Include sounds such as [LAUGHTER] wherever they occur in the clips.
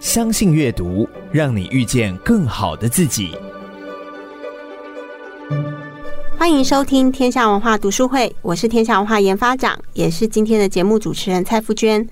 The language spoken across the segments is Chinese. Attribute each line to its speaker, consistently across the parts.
Speaker 1: 相信阅读，让你遇见更好的自己。
Speaker 2: 欢迎收听天下文化读书会，我是天下文化研发长，也是今天的节目主持人蔡富娟。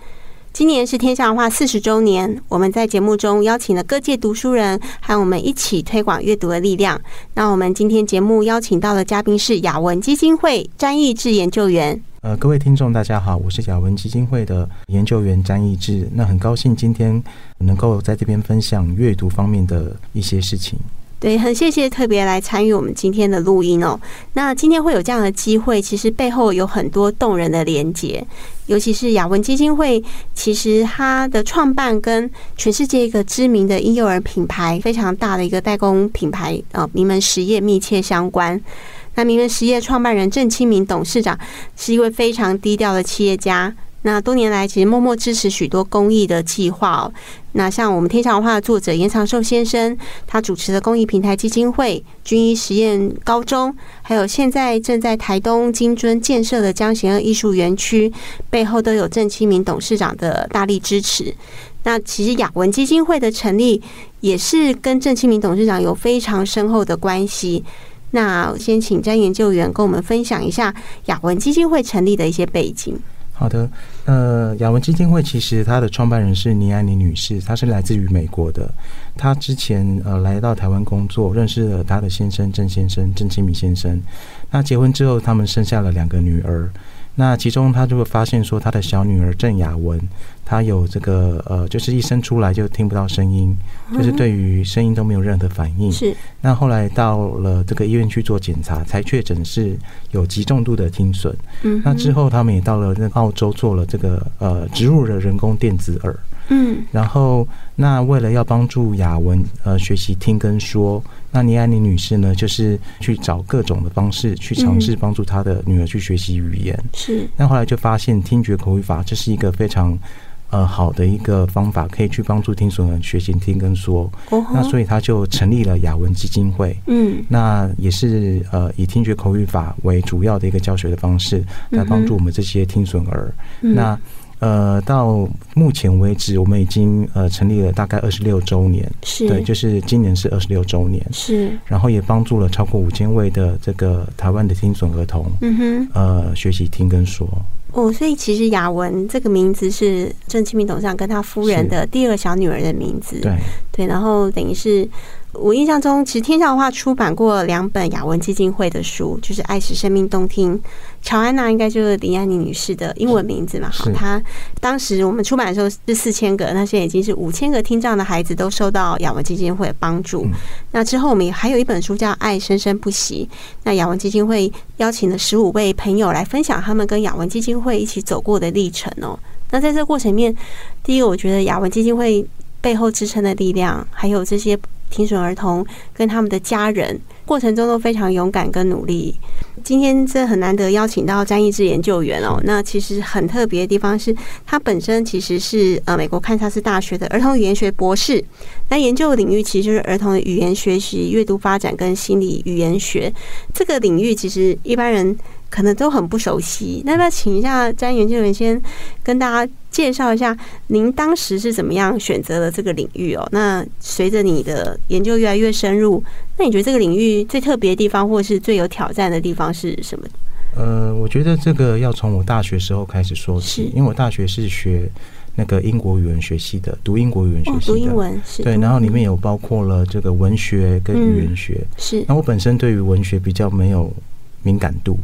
Speaker 2: 今年是天下文化四十周年，我们在节目中邀请了各界读书人，和我们一起推广阅读的力量。那我们今天节目邀请到的嘉宾是雅文基金会詹义志研究员。
Speaker 3: 呃，各位听众，大家好，我是雅文基金会的研究员詹义志。那很高兴今天能够在这边分享阅读方面的一些事情。
Speaker 2: 对，很谢谢特别来参与我们今天的录音哦。那今天会有这样的机会，其实背后有很多动人的连结，尤其是雅文基金会，其实它的创办跟全世界一个知名的婴幼儿品牌非常大的一个代工品牌呃名门实业密切相关。那名门实业创办人郑清明董事长是一位非常低调的企业家。那多年来，其实默默支持许多公益的计划、哦。那像我们天下文化的作者严长寿先生，他主持的公益平台基金会、军医实验高中，还有现在正在台东金樽建设的江贤二艺术园区，背后都有郑清明董事长的大力支持。那其实雅文基金会的成立，也是跟郑清明董事长有非常深厚的关系。那先请詹研究员跟我们分享一下雅文基金会成立的一些背景。
Speaker 3: 好的，呃，雅文基金会其实它的创办人是倪安妮女士，她是来自于美国的。她之前呃来到台湾工作，认识了她的先生郑先生郑清明先生。那结婚之后，他们生下了两个女儿。那其中，她就会发现说，她的小女儿郑雅文，她有这个呃，就是一生出来就听不到声音，就是对于声音都没有任何反应。
Speaker 2: 是
Speaker 3: 那后来到了这个医院去做检查，才确诊是有极重度的听损。
Speaker 2: 嗯哼，
Speaker 3: 那之后，他们也到了那个澳洲做了这个呃植入了人工电子耳。
Speaker 2: 嗯
Speaker 3: 然后，那为了要帮助雅文呃学习听跟说，那倪安妮女士呢，就是去找各种的方式去尝试帮助她的女儿去学习语言。
Speaker 2: 是
Speaker 3: 那后来就发现听觉口语法这是一个非常呃好的一个方法，可以去帮助听损人学习听跟说。
Speaker 2: 哦
Speaker 3: 那
Speaker 2: 吼，
Speaker 3: 所以他就成立了雅文基金会。
Speaker 2: 嗯
Speaker 3: 那也是呃以听觉口语法为主要的一个教学的方式，来帮助我们这些听损儿。
Speaker 2: 嗯
Speaker 3: 那呃到目前为止，我们已经呃成立了大概二十六周年，
Speaker 2: 是
Speaker 3: 对，就是今年是二十六周年，
Speaker 2: 是
Speaker 3: 然后也帮助了超过五千位的这个台湾的听损儿童。
Speaker 2: 嗯哼
Speaker 3: 呃，学习听跟说，
Speaker 2: 哦，所以其实雅文这个名字是郑清明董事长跟他夫人的第二个小女儿的名字，
Speaker 3: 对，
Speaker 2: 对然后等于是我印象中，其实天下文化出版过两本雅文基金会的书，就是《爱使生命动听》，乔安娜应该就是李安妮女士的英文名字嘛，好
Speaker 3: 是，
Speaker 2: 她当时我们出版的时候是四千个，那现在已经是五千个听障的孩子都受到雅文基金会的帮助。
Speaker 3: 嗯
Speaker 2: 那之后我们也还有一本书叫《爱生生不息》，那雅文基金会邀请了十五位朋友来分享他们跟雅文基金会一起走过的历程哦。那在这过程里面，第一个我觉得雅文基金会背后支撑的力量，还有这些听损儿童跟他们的家人，过程中都非常勇敢跟努力。今天这很难得邀请到詹义志研究员哦，那其实很特别的地方是，他本身其实是呃美国堪萨斯大学的儿童语言学博士，那研究的领域其实就是儿童的语言学习、阅读发展跟心理语言学这个领域，其实一般人可能都很不熟悉。那要不要请一下詹研究员先跟大家介绍一下，您当时是怎么样选择了这个领域哦？那随着你的研究越来越深入，那你觉得这个领域最特别的地方，或是最有挑战的地方是什么？
Speaker 3: 呃，我觉得这个要从我大学时候开始说
Speaker 2: 是
Speaker 3: 起，因为我大学是学那个英国语言学系的，读英国语言学
Speaker 2: 哦，
Speaker 3: 系
Speaker 2: 读
Speaker 3: 的，
Speaker 2: 英文是
Speaker 3: 对，然后里面有包括了这个文学跟语言学。
Speaker 2: 是
Speaker 3: 那我本身对于文学比较没有敏感度，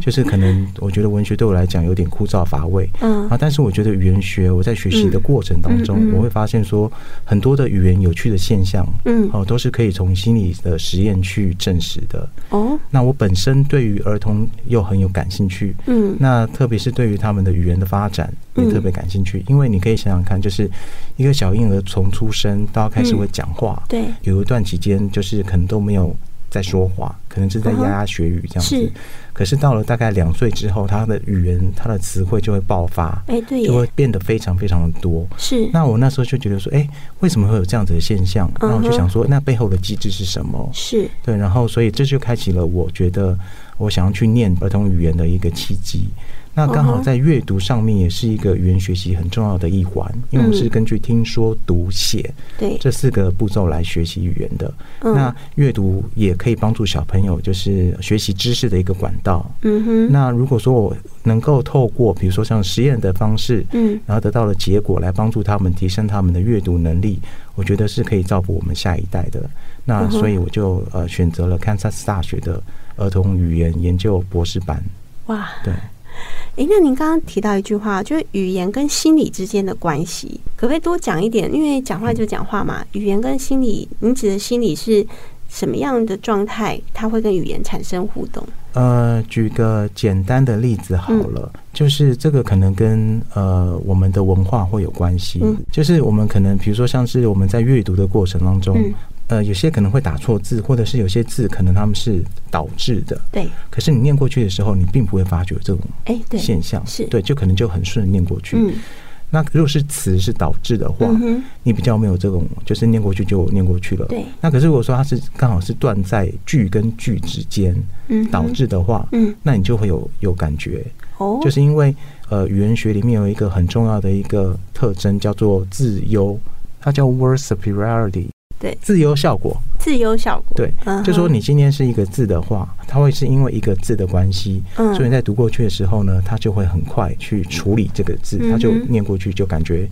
Speaker 3: 就是可能我觉得文学对我来讲有点枯燥乏味。
Speaker 2: 嗯
Speaker 3: 啊，但是我觉得语言学，我在学习的过程当中，
Speaker 2: 嗯嗯嗯
Speaker 3: 我会发现说很多的语言有趣的现象，
Speaker 2: 嗯
Speaker 3: 哦，都是可以从心理的实验去证实的。
Speaker 2: 哦
Speaker 3: 那我本身对于儿童又很有感兴趣，
Speaker 2: 嗯
Speaker 3: 那特别是对于他们的语言的发展也
Speaker 2: 嗯
Speaker 3: 特别感兴趣，因为你可以想想看，就是一个小婴儿从出生到开始会讲话，
Speaker 2: 对
Speaker 3: 有一段期间就是可能都没有在说话，可能是在
Speaker 2: 嗯哼
Speaker 3: 牙牙学语这样子。
Speaker 2: 嗯是
Speaker 3: 可是到了大概两岁之后，他的语言、他的词汇就会爆发，
Speaker 2: 哎、对
Speaker 3: 就会
Speaker 2: 耶
Speaker 3: 变得非常非常的多。
Speaker 2: 是
Speaker 3: 那我那时候就觉得说，哎、为什么会有这样子的现象？
Speaker 2: 嗯哼
Speaker 3: 那我就想说，那背后的机制是什么？
Speaker 2: 是
Speaker 3: 对，然后所以这就开启了我觉得我想要去念儿童语言的一个契机。那刚好在阅读上面也是一个语言学习很重要的一环，因为我们是根据听说读写
Speaker 2: 对，
Speaker 3: 这四个步骤来学习语言的。
Speaker 2: 嗯
Speaker 3: 那阅读也可以帮助小朋友就是学习知识的一个管道。
Speaker 2: 嗯哼，
Speaker 3: 那如果说我能够透过比如说像实验的方式，
Speaker 2: 嗯
Speaker 3: 然后得到的结果来帮助他们提升他们的阅读能力，我觉得是可以照顾我们下一代的。那
Speaker 2: 嗯哼
Speaker 3: 所以我就呃选择了堪萨斯大学的儿童语言研究博士班。
Speaker 2: 哇，
Speaker 3: 对，
Speaker 2: 诶，那您刚刚提到一句话，就是语言跟心理之间的关系，可不可以多讲一点？因为讲话就讲话嘛，语言跟心理，您指的心理是什么样的状态？它会跟语言产生互动？
Speaker 3: 呃，举个简单的例子好了，
Speaker 2: 嗯
Speaker 3: 就是这个可能跟呃我们的文化会有关系，
Speaker 2: 嗯
Speaker 3: 就是我们可能比如说像是我们在阅读的过程当中，
Speaker 2: 嗯
Speaker 3: 呃有些可能会打错字，或者是有些字可能他们是倒置的，
Speaker 2: 对，
Speaker 3: 可是你念过去的时候，你并不会发觉这种
Speaker 2: 诶，对，
Speaker 3: 现象，
Speaker 2: 是
Speaker 3: 对，就可能就很顺地念过去。
Speaker 2: 嗯
Speaker 3: 那如果是词是导致的话，
Speaker 2: 嗯哼，
Speaker 3: 你比较没有这种，就是念过去就念过去了。
Speaker 2: 对
Speaker 3: 那可是如果说它是刚好是断在句跟句之间
Speaker 2: 嗯哼
Speaker 3: 导致的话，
Speaker 2: 嗯
Speaker 3: 那你就会有有感觉，
Speaker 2: 哦，
Speaker 3: 就是因为呃语言学里面有一个很重要的一个特征叫做自优，它叫 word superiority，
Speaker 2: 对
Speaker 3: 自优效果。
Speaker 2: 自由效果，
Speaker 3: 对
Speaker 2: 嗯哼
Speaker 3: 就说你今天是一个字的话，它会是因为一个字的关系，
Speaker 2: 嗯
Speaker 3: 所以你在读过去的时候呢，它就会很快去处理这个字，
Speaker 2: 嗯哼嗯
Speaker 3: 它就念过去就感觉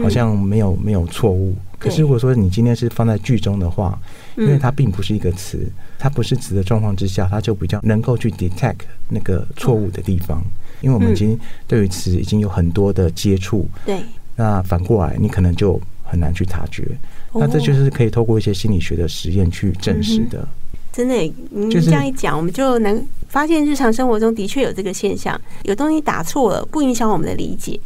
Speaker 3: 好像没有没有错误。可是如果说你今天是放在句中的话，
Speaker 2: 嗯
Speaker 3: 因为它并不是一个词，它不是词的状况之下，它就比较能够去 detect 那个错误的地方。因为我
Speaker 2: 嗯
Speaker 3: 们已经对于词已经有很多的接触，
Speaker 2: 对，
Speaker 3: 那反过来你可能就很难去察觉。
Speaker 2: 哦
Speaker 3: 那这就是可以透过一些心理学的实验去证实
Speaker 2: 嗯
Speaker 3: 的。
Speaker 2: 真的耶，您
Speaker 3: 就是
Speaker 2: 这样一讲，我们就能发现日常生活中的确有这个现象，有东西打错了，不影响我们的理解。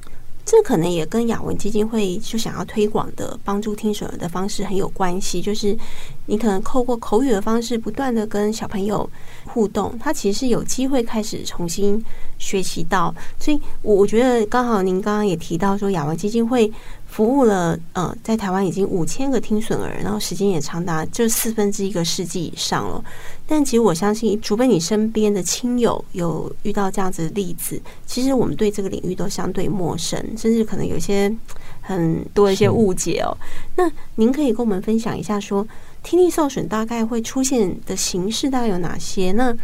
Speaker 2: 这可能也跟雅文基金会就想要推广的帮助听损人的方式很有关系，就是你可能透过口语的方式，不断的跟小朋友互动，他其实是有机会开始重新学习到。所以，我我觉得刚好您刚刚也提到说，雅文基金会服务了呃，在台湾已经五千个听损儿，然后时间也长达就四分之一个世纪以上了。但其实我相信，除非你身边的亲友有遇到这样子的例子，其实我们对这个领域都相对陌生，甚至可能有一些很多一些
Speaker 3: 是
Speaker 2: 误解哦。那您可以跟我们分享一下说，听力受损大概会出现的形式大概有哪些？那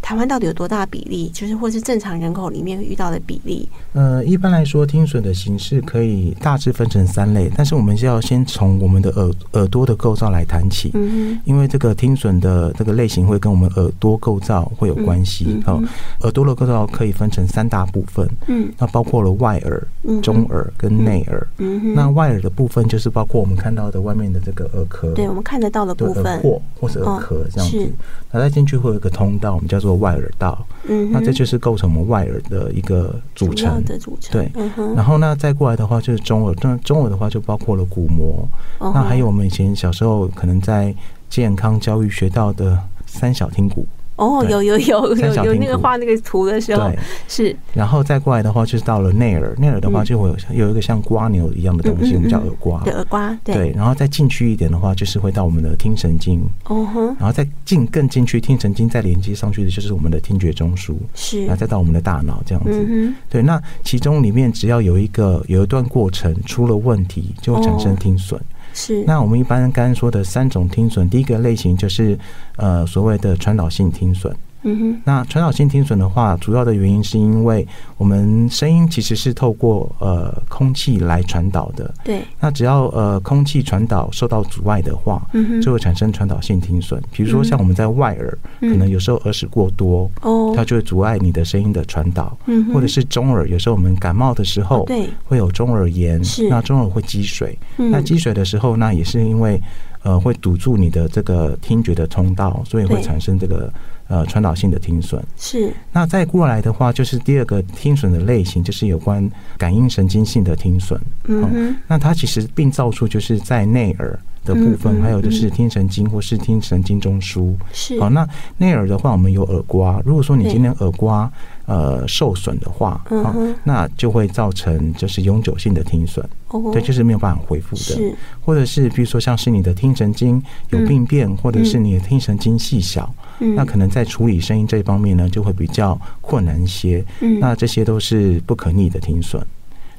Speaker 2: 台湾到底有多大比例？就是或是正常人口里面遇到的比例？
Speaker 3: 呃，一般来说，听损的形式可以大致分成三类，但是我们是要先从我们的耳耳朵的构造来谈起，
Speaker 2: 嗯
Speaker 3: 因为这个听损的这个类型会跟我们耳朵构造会有关系
Speaker 2: 嗯。
Speaker 3: 哦
Speaker 2: 嗯，
Speaker 3: 耳朵的构造可以分成三大部分，
Speaker 2: 哼，嗯
Speaker 3: 那包括了外耳、
Speaker 2: 嗯，
Speaker 3: 中，耳跟内耳。
Speaker 2: 嗯哼，
Speaker 3: 那外耳的部分就是包括我们看到的外面的这个耳壳，
Speaker 2: 对我们看得到的
Speaker 3: 对
Speaker 2: 部
Speaker 3: 耳
Speaker 2: 分，哦
Speaker 3: 廓或者耳壳这样
Speaker 2: 是
Speaker 3: 子。那再进去会有一个通道，我们叫做外耳道。
Speaker 2: 嗯哼，
Speaker 3: 那这就是构成我们外耳的一个组
Speaker 2: 主要
Speaker 3: 成。
Speaker 2: 的组成，
Speaker 3: 对
Speaker 2: 嗯哼，
Speaker 3: 然后呢，再过来的话就是中耳，那中耳的话就包括了鼓膜，
Speaker 2: 哦
Speaker 3: 那还有我们以前小时候可能在健康教育学到的三小听骨，
Speaker 2: 哦，
Speaker 3: 对
Speaker 2: 有有有
Speaker 3: 三
Speaker 2: 有
Speaker 3: 小
Speaker 2: 有
Speaker 3: 听
Speaker 2: 那个
Speaker 3: 骨
Speaker 2: 画那个图的时候
Speaker 3: 对，
Speaker 2: 是
Speaker 3: 然后再过来的话就是到了内耳，内耳的话
Speaker 2: 嗯
Speaker 3: 就会有有一个像瓜牛一样的东
Speaker 2: 嗯嗯
Speaker 3: 西，
Speaker 2: 嗯
Speaker 3: 我们叫耳瓜
Speaker 2: 的，耳瓜，对，
Speaker 3: 哦对，然后再进去一点的话就是会到我们的听神经，
Speaker 2: 哦哼，
Speaker 3: 然后再进更进去听神经再连接上去的就是我们的听觉中枢，
Speaker 2: 是
Speaker 3: 然后，再到我们的大脑这样子。
Speaker 2: 嗯
Speaker 3: 对，那其中里面只要有一个有一段过程出了问题，就会产生
Speaker 2: 哦
Speaker 3: 听损。
Speaker 2: 哼，是，
Speaker 3: 那我们一般刚刚说的三种听损，第一个类型就是呃所谓的传导性听损。
Speaker 2: 嗯哼，
Speaker 3: 那传导性听损的话，主要的原因是因为我们声音其实是透过呃空气来传导的。
Speaker 2: 对，
Speaker 3: 那只要呃空气传导受到阻碍的话，
Speaker 2: 嗯哼，
Speaker 3: 就会产生传导性听损。比如说像我们在外耳，
Speaker 2: 嗯
Speaker 3: 可能有时候耳屎过多，
Speaker 2: 哦，
Speaker 3: 它就会阻碍你的声音的传导。
Speaker 2: 嗯哼，哦
Speaker 3: 或者是中耳，有时候我们感冒的时候，
Speaker 2: 对，
Speaker 3: 会有中耳炎
Speaker 2: 是，
Speaker 3: 那中耳会积水，
Speaker 2: 嗯
Speaker 3: 那积水的时候，那也是因为呃会堵住你的这个听觉的通道，所以会
Speaker 2: 对
Speaker 3: 产生这个呃传导性的听损。
Speaker 2: 是，
Speaker 3: 那再过来的话，就是第二个听损的类型，就是有关感应神经性的听损。
Speaker 2: 嗯哼，
Speaker 3: 那它其实病灶处就是在内耳的部
Speaker 2: 嗯
Speaker 3: 分，
Speaker 2: 嗯
Speaker 3: 还有就是听神经或是听神经中枢。
Speaker 2: 是，
Speaker 3: 好，那内耳的话，我们有耳刮。如果说你今天耳刮，呃受损的话，
Speaker 2: 嗯
Speaker 3: 啊
Speaker 2: 哼
Speaker 3: 那就会造成就是永久性的听损，
Speaker 2: 哦，
Speaker 3: 对，就是没有办法恢复的。
Speaker 2: 是
Speaker 3: 或者是比如说像是你的听神经有病变，或者是你的听神经细小，
Speaker 2: 嗯，
Speaker 3: 那可能在处理声音这一方面呢，就会比较困难一些。
Speaker 2: 嗯
Speaker 3: 那这些都是不可逆的听损。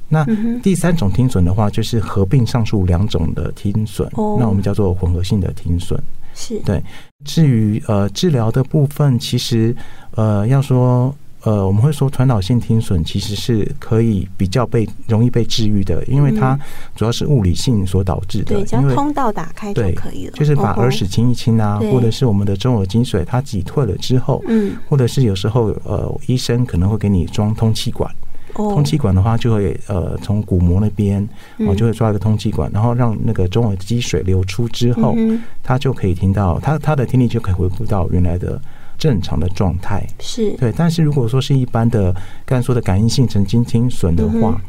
Speaker 3: 那
Speaker 2: 嗯哼
Speaker 3: 第三种听损的话，就是合并上述两种的听损，
Speaker 2: 哦
Speaker 3: 那我们叫做混合性的听损。
Speaker 2: 是
Speaker 3: 对至于呃治疗的部分，其实呃要说呃我们会说传导性听损其实是可以比较被容易被治愈的，因为它
Speaker 2: 嗯
Speaker 3: 主要是物理性所导致的，
Speaker 2: 对，只要
Speaker 3: 因为
Speaker 2: 通道打开就
Speaker 3: 对
Speaker 2: 可以了，
Speaker 3: 就是把
Speaker 2: 哦吼
Speaker 3: 耳屎清一清啊，
Speaker 2: 对
Speaker 3: 或者是我们的中耳积水它挤退了之后，
Speaker 2: 嗯
Speaker 3: 或者是有时候呃医生可能会给你装通气管。
Speaker 2: 哦，
Speaker 3: 通气管的话，就会呃从鼓膜那边，哦
Speaker 2: 嗯
Speaker 3: 就会抓一个通气管，然后让那个中耳积水流出之后，
Speaker 2: 嗯哼
Speaker 3: 他就可以听到他他的听力就可以恢复到原来的正常的状态。
Speaker 2: 是
Speaker 3: 对，但是如果说是一般的刚才说的感应性神经听损的
Speaker 2: 嗯
Speaker 3: 话，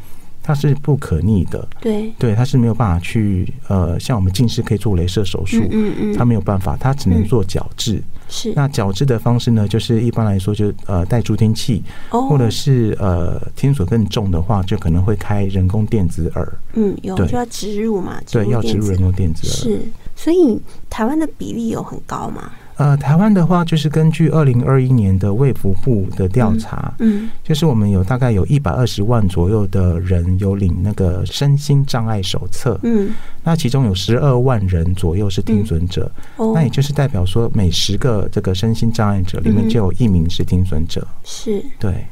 Speaker 3: 它是不可逆的，
Speaker 2: 对，
Speaker 3: 对，它是没有办法去呃像我们近视可以做镭射手术
Speaker 2: 嗯。嗯嗯，
Speaker 3: 它没有办法，它只能
Speaker 2: 嗯
Speaker 3: 做矫治。
Speaker 2: 是
Speaker 3: 那矫治的方式呢，就是一般来说就呃戴助听器，
Speaker 2: 哦，
Speaker 3: 或者是呃听损更重的话，就可能会开人工电子耳，
Speaker 2: 嗯有
Speaker 3: 对
Speaker 2: 就要植入嘛，
Speaker 3: 对，要植
Speaker 2: 电
Speaker 3: 入
Speaker 2: 子
Speaker 3: 人工电子耳。
Speaker 2: 是，所以台湾的比例有很高嘛？
Speaker 3: 呃，台湾的话，就是根据二零二一年的卫福部的调查，
Speaker 2: 嗯
Speaker 3: 就是我们有大概有一百二十万左右的人有领那个身心障碍手册，
Speaker 2: 嗯
Speaker 3: 那其中有十二万人左右是听损者，
Speaker 2: 哦
Speaker 3: 那也就是代表说每十个这个身心障碍者里
Speaker 2: 嗯
Speaker 3: 面
Speaker 2: 哼
Speaker 3: 就有一名是听损者，
Speaker 2: 是
Speaker 3: 对。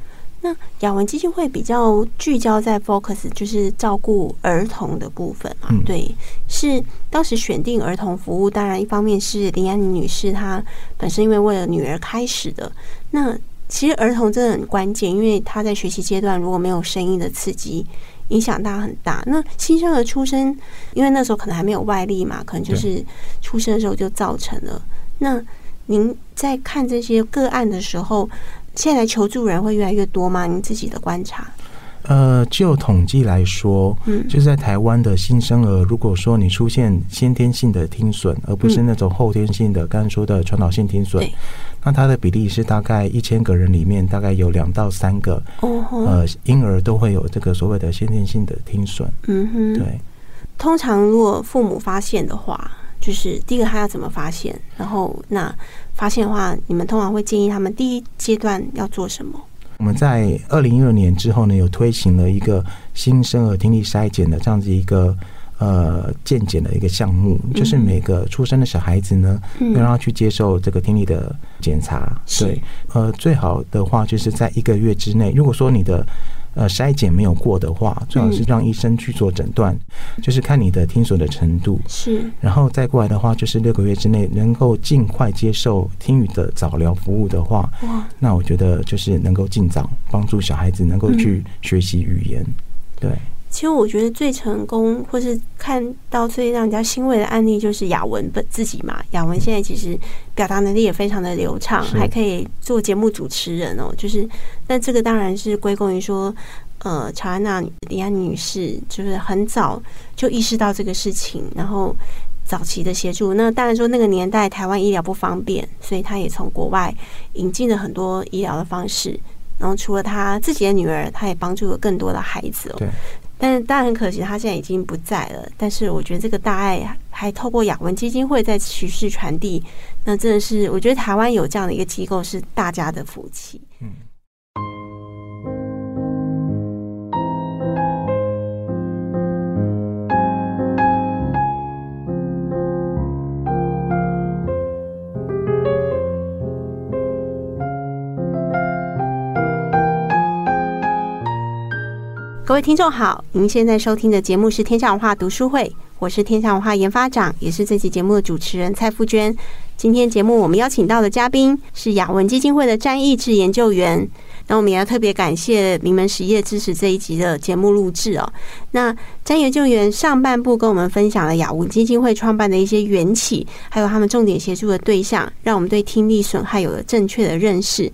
Speaker 2: 那雅文基金会比较聚焦在 focus，就是照顾儿童的部分嘛。
Speaker 3: 嗯
Speaker 2: 对，是当时选定儿童服务，当然一方面是林安妮女士她本身因为为了女儿开始的。那其实儿童真的很关键，因为他在学习阶段如果没有声音的刺激，影响大很大。那新生儿出生，因为那时候可能还没有外力嘛，可能就是出生的时候就造成了。那您在看这些个案的时候，现在求助人会越来越多吗？您自己的观察，
Speaker 3: 呃，就统计来说，
Speaker 2: 嗯
Speaker 3: 就是在台湾的新生儿，如果说你出现先天性的听损，而不是那种后天性的，刚才说的传导性听损
Speaker 2: 对，
Speaker 3: 那它的比例是大概一千个人里面，大概有两到三个
Speaker 2: 哦吼，
Speaker 3: 呃婴儿都会有这个所谓的先天性的听损。
Speaker 2: 嗯哼，
Speaker 3: 对，
Speaker 2: 通常如果父母发现的话，就是第一个他要怎么发现，然后那发现的话，你们通常会建议他们第一阶段要做什么？
Speaker 3: 我们在二零一二年之后呢，有推行了一个新生儿听力筛检的这样子一个。呃，健检的一个项目，就是
Speaker 2: 嗯
Speaker 3: 每个出生的小孩子呢，
Speaker 2: 嗯
Speaker 3: 要让他去接受这个听力的检查。
Speaker 2: 是
Speaker 3: 对，呃，最好的话就是在一个月之内，如果说你的呃筛检没有过的话，最好是让医生去做诊断，就是看你的听损的程度。
Speaker 2: 是，
Speaker 3: 然后再过来的话，就是六个月之内能够尽快接受听语的早疗服务的话，
Speaker 2: 哇，
Speaker 3: 那我觉得就是能够尽早帮助小孩子能够去
Speaker 2: 嗯
Speaker 3: 学习语言。对，
Speaker 2: 其实我觉得最成功，或是看到最让人家欣慰的案例，就是雅文本自己嘛。雅文现在其实表达能力也非常的流畅，
Speaker 3: 是
Speaker 2: 还可以做节目主持人哦。就是，但这个当然是归功于说，呃，乔安娜李安女士就是很早就意识到这个事情，然后早期的协助。那当然说那个年代台湾医疗不方便，所以她也从国外引进了很多医疗的方式。然后除了她自己的女儿，她也帮助了更多的孩子哦。
Speaker 3: 对
Speaker 2: 但是当然很可惜，他现在已经不在了。但是我觉得这个大爱还还透过雅文基金会在持续传递，那真的是我觉得台湾有这样的一个机构是大家的福气。
Speaker 3: 嗯。
Speaker 2: 各位听众好，您现在收听的节目是天下文化读书会，我是天下文化研发长，也是这期节目的主持人蔡富娟。今天节目我们邀请到的嘉宾是雅文基金会的詹义志研究员。那我们也要特别感谢名门实业支持这一集的节目录制哦。那詹研究员上半部跟我们分享了雅文基金会创办的一些缘起，还有他们重点协助的对象，让我们对听力损害有了正确的认识。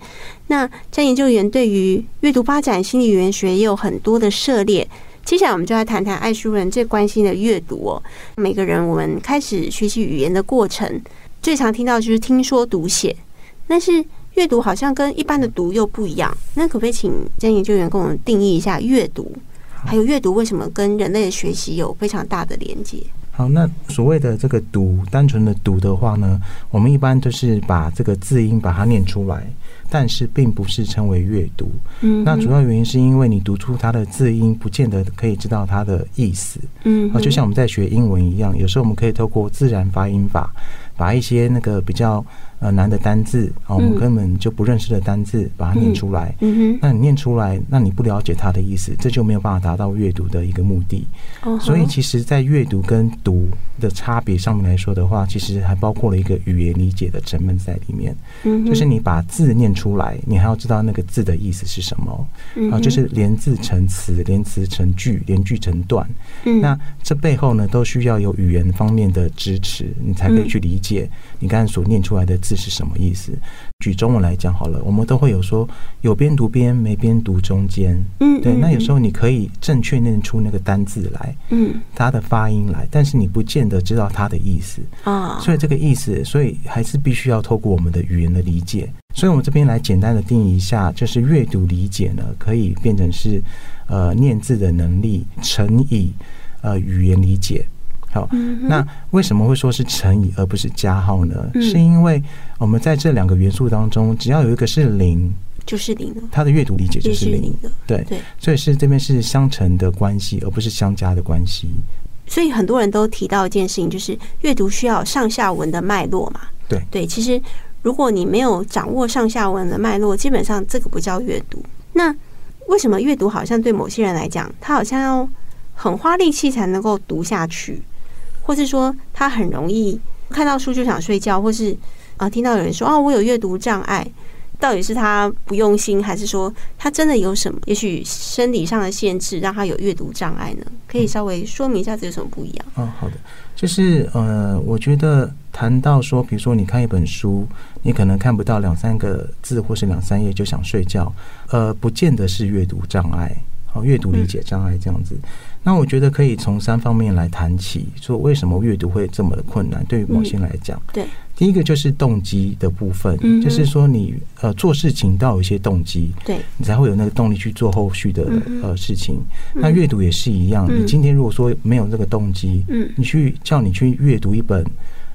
Speaker 2: 那詹研究员对于阅读发展心理语言学也有很多的涉猎。接下来我们就来谈谈爱书人最关心的阅读哦。每个人我们开始学习语言的过程，最常听到就是听说读写，但是阅读好像跟一般的读又不一样。那可不可以请江研究员跟我们定义一下阅读，还有阅读为什么跟人类的学习有非常大的连接？
Speaker 3: 好，那所谓的这个读，单纯的读的话呢，我们一般就是把这个字音把它念出来，但是并不是称为阅读。
Speaker 2: 嗯
Speaker 3: 那主要原因是因为你读出它的字音，不见得可以知道它的意思。
Speaker 2: 嗯
Speaker 3: 啊，就像我们在学英文一样，有时候我们可以透过自然发音法，把一些那个比较呃难的单字啊，
Speaker 2: 嗯
Speaker 3: 我们根本就不认识的单字，把它念出来。
Speaker 2: 嗯
Speaker 3: 那你念出来，那你不了解它的意思，这就没有办法达到阅读的一个目的。
Speaker 2: 哼，
Speaker 3: 所以其实，在阅读跟读的差别上面来说的话，其实还包括了一个语言理解的成分在里面，
Speaker 2: 就
Speaker 3: 就是你把字念出来，你还要知道那个字的意思是什么
Speaker 2: 嗯
Speaker 3: 啊，就是连字成词，连词成句，连句成段。
Speaker 2: 嗯
Speaker 3: 那这背后呢，都需要有语言方面的支持，你才
Speaker 2: 嗯
Speaker 3: 可以去理解你刚才所念出来的字是什么意思。举中文来讲好了，我们都会有说有边读边，没边读中间。
Speaker 2: 嗯
Speaker 3: 对，那有时
Speaker 2: 候
Speaker 3: 候你可以正确念出那个单字来，
Speaker 2: 嗯
Speaker 3: 它的发音来，但是你不见得知道它的意思，
Speaker 2: 啊，
Speaker 3: 所以这个意思，所以还是必须要透过我们的语言的理解。所以，我们这边来简单的定义一下，就是阅读理解呢，可以变成是呃念字的能力乘以呃语言理解。好，
Speaker 2: 嗯哼
Speaker 3: 那为什么会说是乘以而不是加号呢？
Speaker 2: 嗯
Speaker 3: 是因为我们在这两个元素当中，只要有一个是零，
Speaker 2: 就是零了，
Speaker 3: 它的阅读理解
Speaker 2: 也
Speaker 3: 就是零。
Speaker 2: 的。
Speaker 3: 对，
Speaker 2: 对
Speaker 3: 所以是这边是相乘的关系，而不是相加的关系。
Speaker 2: 所以很多人都提到一件事情，就是阅读需要上下文的脉络嘛。
Speaker 3: 对
Speaker 2: 对，其实如果你没有掌握上下文的脉络，基本上这个不叫阅读。那为什么阅读好像对某些人来讲，他好像要很花力气才能够读下去，或是说他很容易看到书就想睡觉，或是啊、呃听到有人说哦我有阅读障碍，到底是他不用心，还是说他真的有什么？也许生理上的限制让他有阅读障碍呢？
Speaker 3: 嗯
Speaker 2: 可以稍微说明一下这有什么不一样？
Speaker 3: 哦，好的，就是呃，我觉得谈到说，比如说你看一本书，你可能看不到两三个字或是两三页就想睡觉，呃，不见得是阅读障碍，好、阅读理解
Speaker 2: 嗯
Speaker 3: 障碍这样子。那我觉得可以从三方面来谈起，说为什么阅读会这么的困难，对于某些人来讲、
Speaker 2: 对，
Speaker 3: 第一个就是动机的部分，
Speaker 2: 嗯嗯哼
Speaker 3: 就是说你呃做事情都要有一些动机，
Speaker 2: 对，
Speaker 3: 你才会有那个动力去做后续的
Speaker 2: 嗯哼
Speaker 3: 呃事情。那阅读也是一样，
Speaker 2: 嗯
Speaker 3: 你今天如果说没有这个动机，
Speaker 2: 嗯
Speaker 3: 你去叫你去阅读一本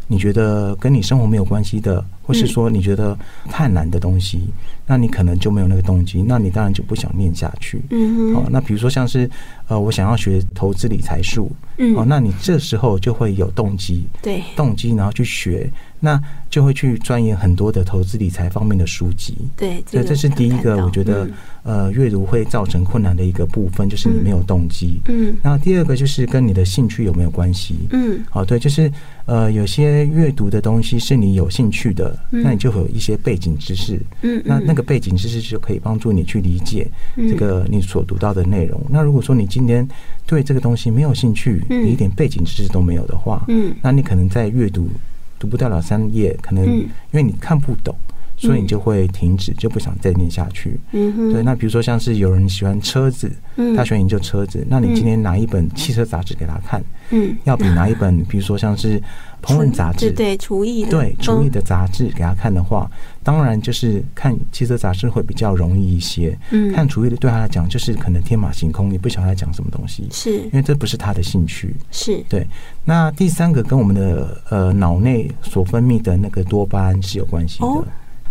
Speaker 3: 你觉得跟你生活没有关系的，或
Speaker 2: 嗯
Speaker 3: 是说你觉得太难的东西，那你可能就没有那个动机，那你当然就不想念下去。
Speaker 2: 嗯
Speaker 3: 好、
Speaker 2: 哼，
Speaker 3: 那比如说像是呃，我想要学投资理财术，
Speaker 2: 嗯，
Speaker 3: 哦，那你这时候就会有动机，
Speaker 2: 对，
Speaker 3: 动机然后去学，那就会去钻研很多的投资理财方面的书籍。
Speaker 2: 对，
Speaker 3: 对，
Speaker 2: 个
Speaker 3: 这是第一
Speaker 2: 有谈
Speaker 3: 个，
Speaker 2: 到
Speaker 3: 我觉得、
Speaker 2: 嗯
Speaker 3: 呃，阅读会造成困难的一个部分，就是你没有动机。
Speaker 2: 嗯
Speaker 3: 那第二个就是跟你的兴趣有没有关系？
Speaker 2: 嗯
Speaker 3: 好、对，就是呃，有些阅读的东西是你有兴趣的，
Speaker 2: 嗯
Speaker 3: 那你就会有一些背景知识。
Speaker 2: 嗯，
Speaker 3: 那那
Speaker 2: 个
Speaker 3: 个背景知识就可以帮助你去理解
Speaker 2: 嗯
Speaker 3: 这个你所读到的内容。那如果说你今天对这个东西没有兴趣，
Speaker 2: 嗯
Speaker 3: 你一点背景知识都没有的话，
Speaker 2: 嗯
Speaker 3: 那你可能在阅读读不到两三页，可能
Speaker 2: 嗯
Speaker 3: 因为你看不懂，所以你就会停止，就不想再念下去。
Speaker 2: 嗯哼，
Speaker 3: 对，那比如说像是有人喜欢车子，
Speaker 2: 嗯
Speaker 3: 他喜欢研究车子，那你今天拿一本汽车杂志给他看，
Speaker 2: 嗯
Speaker 3: 要比拿一本比如说像是烹饪杂
Speaker 2: 对
Speaker 3: 志。
Speaker 2: 对厨艺的
Speaker 3: 对厨艺
Speaker 2: 的，嗯
Speaker 3: 的杂志给他看的话，当然就是看汽车杂志会比较容易一些。
Speaker 2: 嗯，
Speaker 3: 看厨艺的对他来讲，就是可能天马行空，你不晓得他讲什么东西，
Speaker 2: 是
Speaker 3: 因为这不是他的兴趣。
Speaker 2: 是，
Speaker 3: 对，那第三个跟我们的呃脑内所分泌的那个多巴胺是有关系的。
Speaker 2: 哦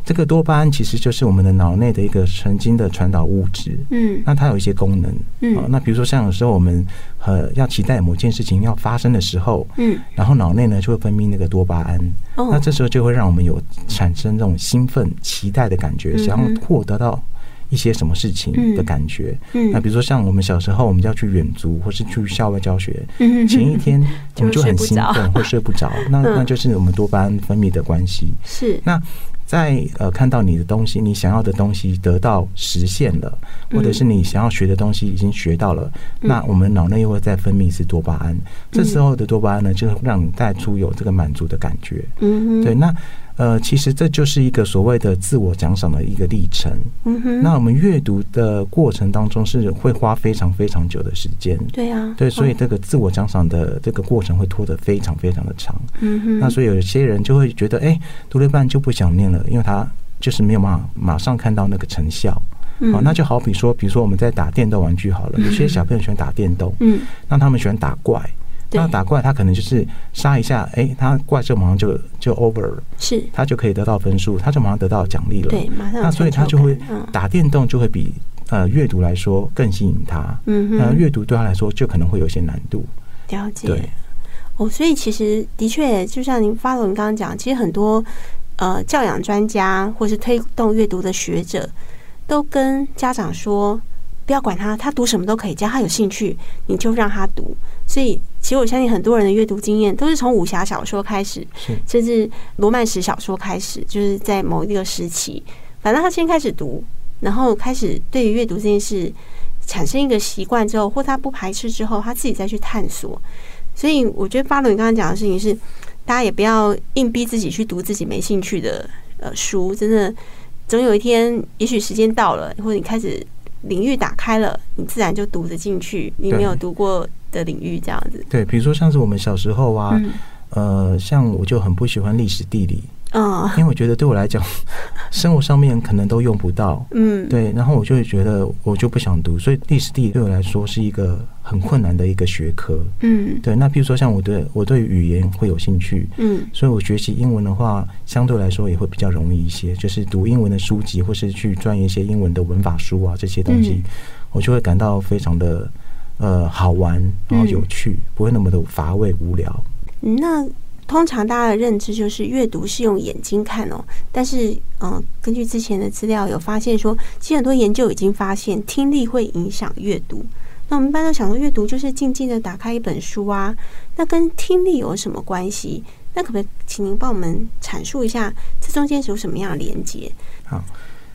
Speaker 3: 这个多巴胺其实就是我们的脑内的一个神经的传导物质。
Speaker 2: 嗯
Speaker 3: 那它有一些功能，
Speaker 2: 嗯
Speaker 3: 啊那比如说像有时候我们呃要期待某件事情要发生的时候，
Speaker 2: 嗯
Speaker 3: 然后脑内呢就会分泌那个多巴胺，
Speaker 2: 哦，
Speaker 3: 那这时候就会让我们有产生这种兴奋、期待的感觉，
Speaker 2: 嗯哼
Speaker 3: 想要获得到一些什么事情的感觉。
Speaker 2: 嗯
Speaker 3: 那比如说像我们小时候，我们要去远足或是去校外教学，
Speaker 2: 嗯
Speaker 3: 前一天我
Speaker 2: [LAUGHS]
Speaker 3: 们
Speaker 2: 就
Speaker 3: 就
Speaker 2: 睡
Speaker 3: 很
Speaker 2: 不
Speaker 3: 兴
Speaker 2: 着嗯
Speaker 3: 奋，会睡不
Speaker 2: [LAUGHS]
Speaker 3: 着，那那就是我们多巴胺分泌的关系。
Speaker 2: 是
Speaker 3: 那在呃看到你的东西，你想要的东西得到实现了，
Speaker 2: 嗯
Speaker 3: 或者是你想要学的东西已经学到了，那我们脑内又会再分泌一次多巴胺。
Speaker 2: 嗯
Speaker 3: 这时候的多巴胺呢，就是让你带出有这个满足的感觉。
Speaker 2: 嗯哼
Speaker 3: 对，那呃，其实这就是一个所谓的自我奖赏的一个历程。
Speaker 2: 嗯哼
Speaker 3: 那我们阅读的过程当中是会花非常非常久的时间。
Speaker 2: 对啊
Speaker 3: 对，所以
Speaker 2: 哦
Speaker 3: 这个自我奖赏的这个过程会拖得非常非常的长。
Speaker 2: 嗯哼
Speaker 3: 那所以有些人就会觉得，哎、读了一半就不想念了，因为他就是没有马马上看到那个成效。
Speaker 2: 嗯
Speaker 3: 哦，那就好比说，比如说我们在打电动玩具好了，有些小朋友喜欢打电动，
Speaker 2: 嗯，
Speaker 3: 那他们喜欢打怪，
Speaker 2: 对
Speaker 3: 那打怪他可能就是杀一下，哎、他怪这马上就就 over 了，
Speaker 2: 是
Speaker 3: 他就可以得到分数，他就马上得到奖励了。
Speaker 2: 对，马上有
Speaker 3: 那所以他
Speaker 2: 成
Speaker 3: 就
Speaker 2: 感
Speaker 3: 会
Speaker 2: 嗯
Speaker 3: 打电动就会比呃阅读来说更吸引他，
Speaker 2: 嗯
Speaker 3: 那
Speaker 2: 哼，
Speaker 3: 阅读对他来说就可能会有一些难度，
Speaker 2: 了解。
Speaker 3: 呃对。
Speaker 2: 哦，所以其实的确，就像您 follow 您刚刚讲，其实很多呃教养专家或是推动阅读的学者，都跟家长说，不要管他，他读什么都可以，只要他有兴趣，你就让他读。所以，其实我相信很多人的阅读经验都是从武侠小说开始，
Speaker 3: 是
Speaker 2: 甚至罗曼史小说开始，就是在某一个时期，反正他先开始读，然后开始对于阅读这件事产生一个习惯之后，或他不排斥之后，他自己再去探索。所以我觉得巴伦刚刚讲的事情是，大家也不要硬逼自己去读自己没兴趣的呃书，真的总有一天，也许时间到了，或者你开始领域打开了，你自然就读得进去你没有读过的领域，这样子。
Speaker 3: 对，比如说像是我们小时候啊，
Speaker 2: 嗯
Speaker 3: 呃，像我就很不喜欢历史地理，
Speaker 2: 嗯
Speaker 3: 因为我觉得对我来讲，生活上面可能都用不到。
Speaker 2: 嗯，
Speaker 3: 对，然后我就会觉得我就不想读，所以历史地理对我来说是一个很困难的一个学科。
Speaker 2: 嗯
Speaker 3: 对，那比如说像我对我对语言会有兴趣，
Speaker 2: 嗯
Speaker 3: 所以我学习英文的话，相对来说也会比较容易一些，就是读英文的书籍，或是去钻研一些英文的文法书啊这些东西，
Speaker 2: 嗯
Speaker 3: 我就会感到非常的呃好玩，然后有趣，不会那么的乏味无聊。
Speaker 2: 嗯，那通常大家的认知就是阅读是用眼睛看哦，但是嗯、呃根据之前的资料有发现说，其实很多研究已经发现听力会影响阅读。那我们一般都想说，阅读就是静静的打开一本书啊，那跟听力有什么关系？那可不可以请您帮我们阐述一下这中间是有什么样的连接？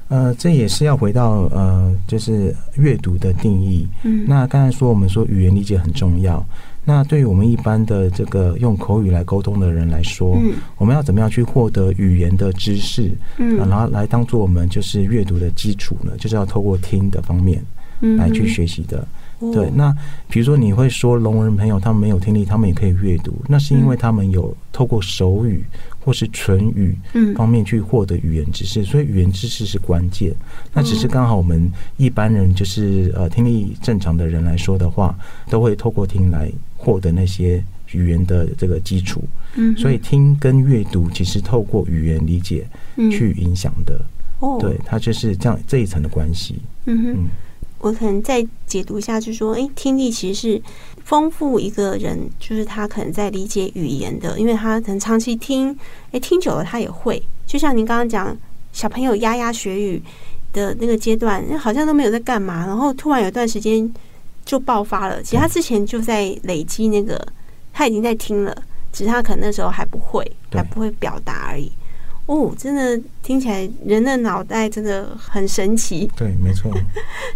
Speaker 3: 呃，这也是要回到呃，就是阅读的定义。
Speaker 2: 嗯
Speaker 3: 那刚才说我们说语言理解很重要，那对于我们一般的这个用口语来沟通的人来说，
Speaker 2: 嗯
Speaker 3: 我们要怎么样去获得语言的知识，啊然
Speaker 2: 嗯
Speaker 3: 后来当做我们就是阅读的基础呢？就是要透过听的方面
Speaker 2: 嗯
Speaker 3: 来去学习的。
Speaker 2: 哦
Speaker 3: 对，那比如说你会说聋人朋友他们没有听力，他们也可以阅读，那是因为
Speaker 2: 嗯
Speaker 3: 他们有透过手语或是唇语
Speaker 2: 嗯
Speaker 3: 方面去获得语言知识，所以语言知识是关键。那只是嗯刚好我们一般人就是呃听力正常的人来说的话，都会透过听来获得那些语言的这个基础。
Speaker 2: 嗯
Speaker 3: 所以听跟阅读其实透过语言理解
Speaker 2: 嗯
Speaker 3: 去影响的，
Speaker 2: 哦
Speaker 3: 对，它就是这样这一层的关系。
Speaker 2: 嗯哼
Speaker 3: 嗯，
Speaker 2: 我可能再解读一下，就是说，诶，听力其实是丰富一个人，就是他可能在理解语言的，因为他可能长期听，诶，听久了他也会。就像您刚刚讲，小朋友牙牙学语的那个阶段，好像都没有在干嘛，然后突然有一段时间就爆发了。其实他之前就在累积那个，他已经在听了，只是他可能那时候还不会，
Speaker 3: 对
Speaker 2: 还不会表达而已。哦，真的听起来人的脑袋真的很神奇。
Speaker 3: 对，没错。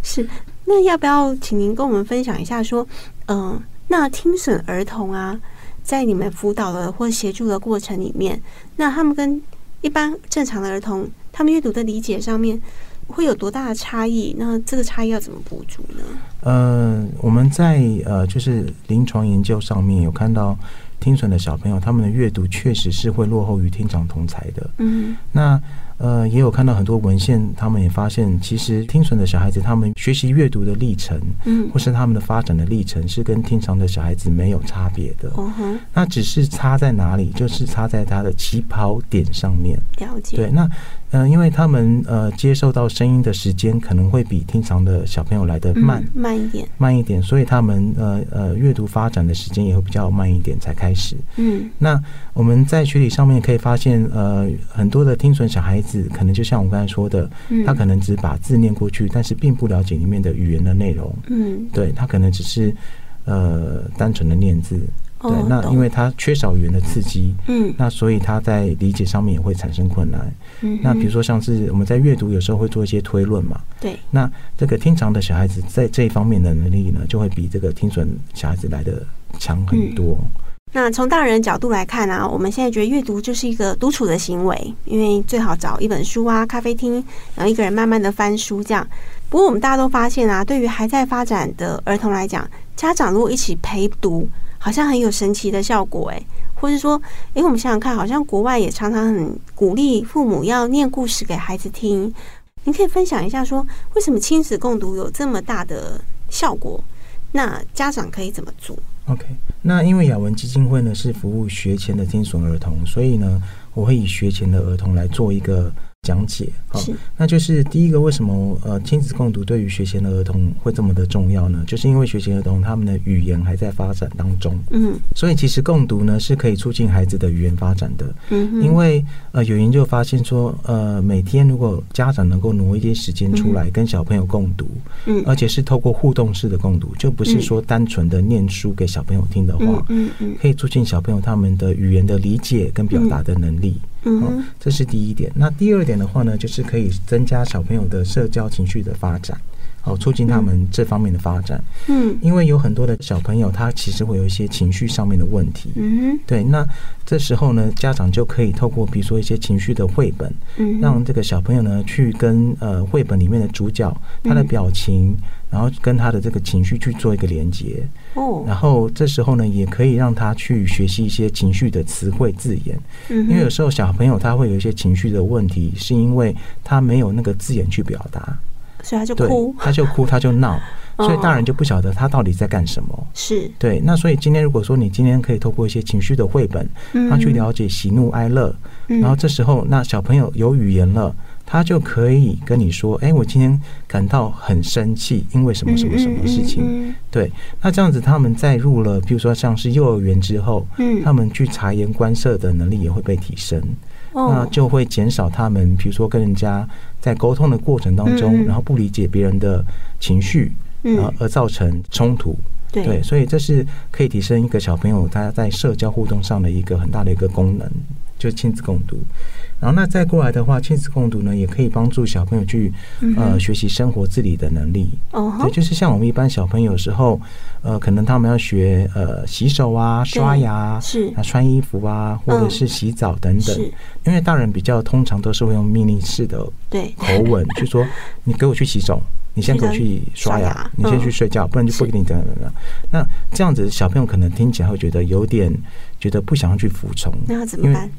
Speaker 2: 是，那要不要请您跟我们分享一下说，嗯、那听损儿童啊，在你们辅导的或协助的过程里面，那他们跟一般正常的儿童，他们阅读的理解上面会有多大的差异？那这个差异要怎么补足呢？
Speaker 3: [LAUGHS] 呃，我们在呃就是临床研究上面有看到，听损的小朋友他们的阅读确实是会落后于听障同才的。
Speaker 2: 嗯
Speaker 3: 那呃，也有看到很多文献，他们也发现，其实听损的小孩子他们学习阅读的历程，
Speaker 2: 嗯
Speaker 3: 或，是他们的发展的历程，是跟听障的小孩子没有差别的。
Speaker 2: 哦哼，
Speaker 3: 那只是差在哪里，就是差在他的起跑点上面。
Speaker 2: 了解，
Speaker 3: 对，那嗯、呃因为他们呃接受到声音的时间可能会比平常的小朋友来的
Speaker 2: 嗯，
Speaker 3: 慢、
Speaker 2: 慢一点，
Speaker 3: 慢一点，所以他们呃呃阅读发展的时间也会比较慢一点才开始。
Speaker 2: 嗯
Speaker 3: 那我们在学理上面可以发现，呃，很多的听损小孩子可能就像我刚才说的，
Speaker 2: 嗯，
Speaker 3: 他可能只把字念过去，但是并不了解里面的语言的内容。
Speaker 2: 嗯
Speaker 3: 对他可能只是呃单纯的念字，对，
Speaker 2: 哦，
Speaker 3: 那
Speaker 2: 懂
Speaker 3: 因为他缺少语言的刺激，
Speaker 2: 嗯
Speaker 3: 那所以他在理解上面也会产生困难。
Speaker 2: 嗯，
Speaker 3: 那比如说像是我们在阅读有时候会做一些推论嘛，
Speaker 2: 对，
Speaker 3: 那这个听障的小孩子在这一方面的能力呢，就会比这个听损小孩子来的强很多。
Speaker 2: 嗯那从大人的角度来看啊，我们现在觉得阅读就是一个独处的行为，因为最好找一本书啊、咖啡厅，然后一个人慢慢的翻书这样。不过我们大家都发现啊，对于还在发展的儿童来讲，家长如果一起陪读，好像很有神奇的效果诶、或是说，诶，我们想想看，好像国外也常常很鼓励父母要念故事给孩子听。您可以分享一下说，为什么亲子共读有这么大的效果？那家长可以怎么做？
Speaker 3: OK，那因为雅文基金会呢是服务学前的听损儿童，所以呢，我会以学前的儿童来做一个讲解。好
Speaker 2: 是，
Speaker 3: 那就是第一个，为什么呃亲子共读对于学前的儿童会这么的重要呢？就是因为学前儿童他们的语言还在发展当中，
Speaker 2: 嗯
Speaker 3: 所以其实共读呢是可以促进孩子的语言发展的。
Speaker 2: 嗯哼，
Speaker 3: 因为呃有研究发现说，呃每天如果家长能够挪一些时间出来跟小朋友共读，
Speaker 2: 嗯
Speaker 3: 而且是透过互动式的共读，就不是说单纯的念书给小朋友听的话，
Speaker 2: 嗯嗯嗯
Speaker 3: 可以促进小朋友他们的语言的理解跟表达的能力。
Speaker 2: 嗯
Speaker 3: 哦
Speaker 2: 哼，
Speaker 3: 这是第一点。那第二点的话呢，就是可以增加小朋友的社交情绪的发展，哦，促进他们这方面的发展。
Speaker 2: 嗯
Speaker 3: 因为有很多的小朋友他其实会有一些情绪上面的问题。
Speaker 2: 嗯
Speaker 3: 对，那这时候呢，家长就可以透过比如说一些情绪的绘本，
Speaker 2: 嗯，
Speaker 3: 让这个小朋友呢去跟呃绘本里面的主角他的
Speaker 2: 嗯
Speaker 3: 表情，然后跟他的这个情绪去做一个连接，
Speaker 2: 哦，
Speaker 3: 然后这时候呢也可以让他去学习一些情绪的词汇字眼，
Speaker 2: 因
Speaker 3: 因为有时候小朋友他会有一些情绪的问题，是因为他没有那个字眼去表达，
Speaker 2: 所以他就
Speaker 3: 对
Speaker 2: 哭，哦
Speaker 3: 他就哭他就
Speaker 2: [LAUGHS]
Speaker 3: 闹，所以大人就不晓得他到底在干什么。
Speaker 2: 是，
Speaker 3: 对，那所以今天如果说你今天可以透过一些情绪的绘本，
Speaker 2: 嗯
Speaker 3: 他去了解喜怒哀乐，
Speaker 2: 嗯
Speaker 3: 然后这时候那小朋友有语言了，他就可以跟你说：“哎，我今天感到很生气，因为什么什么什么事情。
Speaker 2: 嗯”
Speaker 3: 对，那这样子他们在入了，比如说像是幼儿园之后，
Speaker 2: 嗯，
Speaker 3: 他们去察言观色的能力也会被提升，那
Speaker 2: 哦，
Speaker 3: 就会减少他们比如说跟人家在沟通的过程当
Speaker 2: 嗯
Speaker 3: 中，
Speaker 2: 嗯
Speaker 3: 然后不理解别人的情绪，然后
Speaker 2: 嗯，
Speaker 3: 而造成冲突。对，
Speaker 2: 对，
Speaker 3: 所以这是可以提升一个小朋友他在社交互动上的一个很大的一个功能，就是亲子共读。然后那再过来的话，亲子共读呢，也可以帮助小朋友去
Speaker 2: 嗯
Speaker 3: 呃
Speaker 2: 哼
Speaker 3: 学习生活自理的能力。
Speaker 2: 哦
Speaker 3: 对，
Speaker 2: 哈，
Speaker 3: 就是像我们一般小朋友有时候，呃，可能他们要学呃洗手啊、刷牙啊、
Speaker 2: 是
Speaker 3: 啊穿衣服啊，或者
Speaker 2: 嗯
Speaker 3: 是洗澡等等。
Speaker 2: 是，
Speaker 3: 因为大人比较通常都是会用命令式的
Speaker 2: 对，
Speaker 3: 口吻去说：“你给我去
Speaker 2: [LAUGHS]
Speaker 3: 洗手，你先给我去刷
Speaker 2: 刷牙
Speaker 3: 牙，你先去睡觉，不然就不给你等等等。”那这样子，小朋友可能听起来会觉得有点觉得不想要去服从。
Speaker 2: 那要怎
Speaker 3: 因
Speaker 2: 么
Speaker 3: 为
Speaker 2: 办？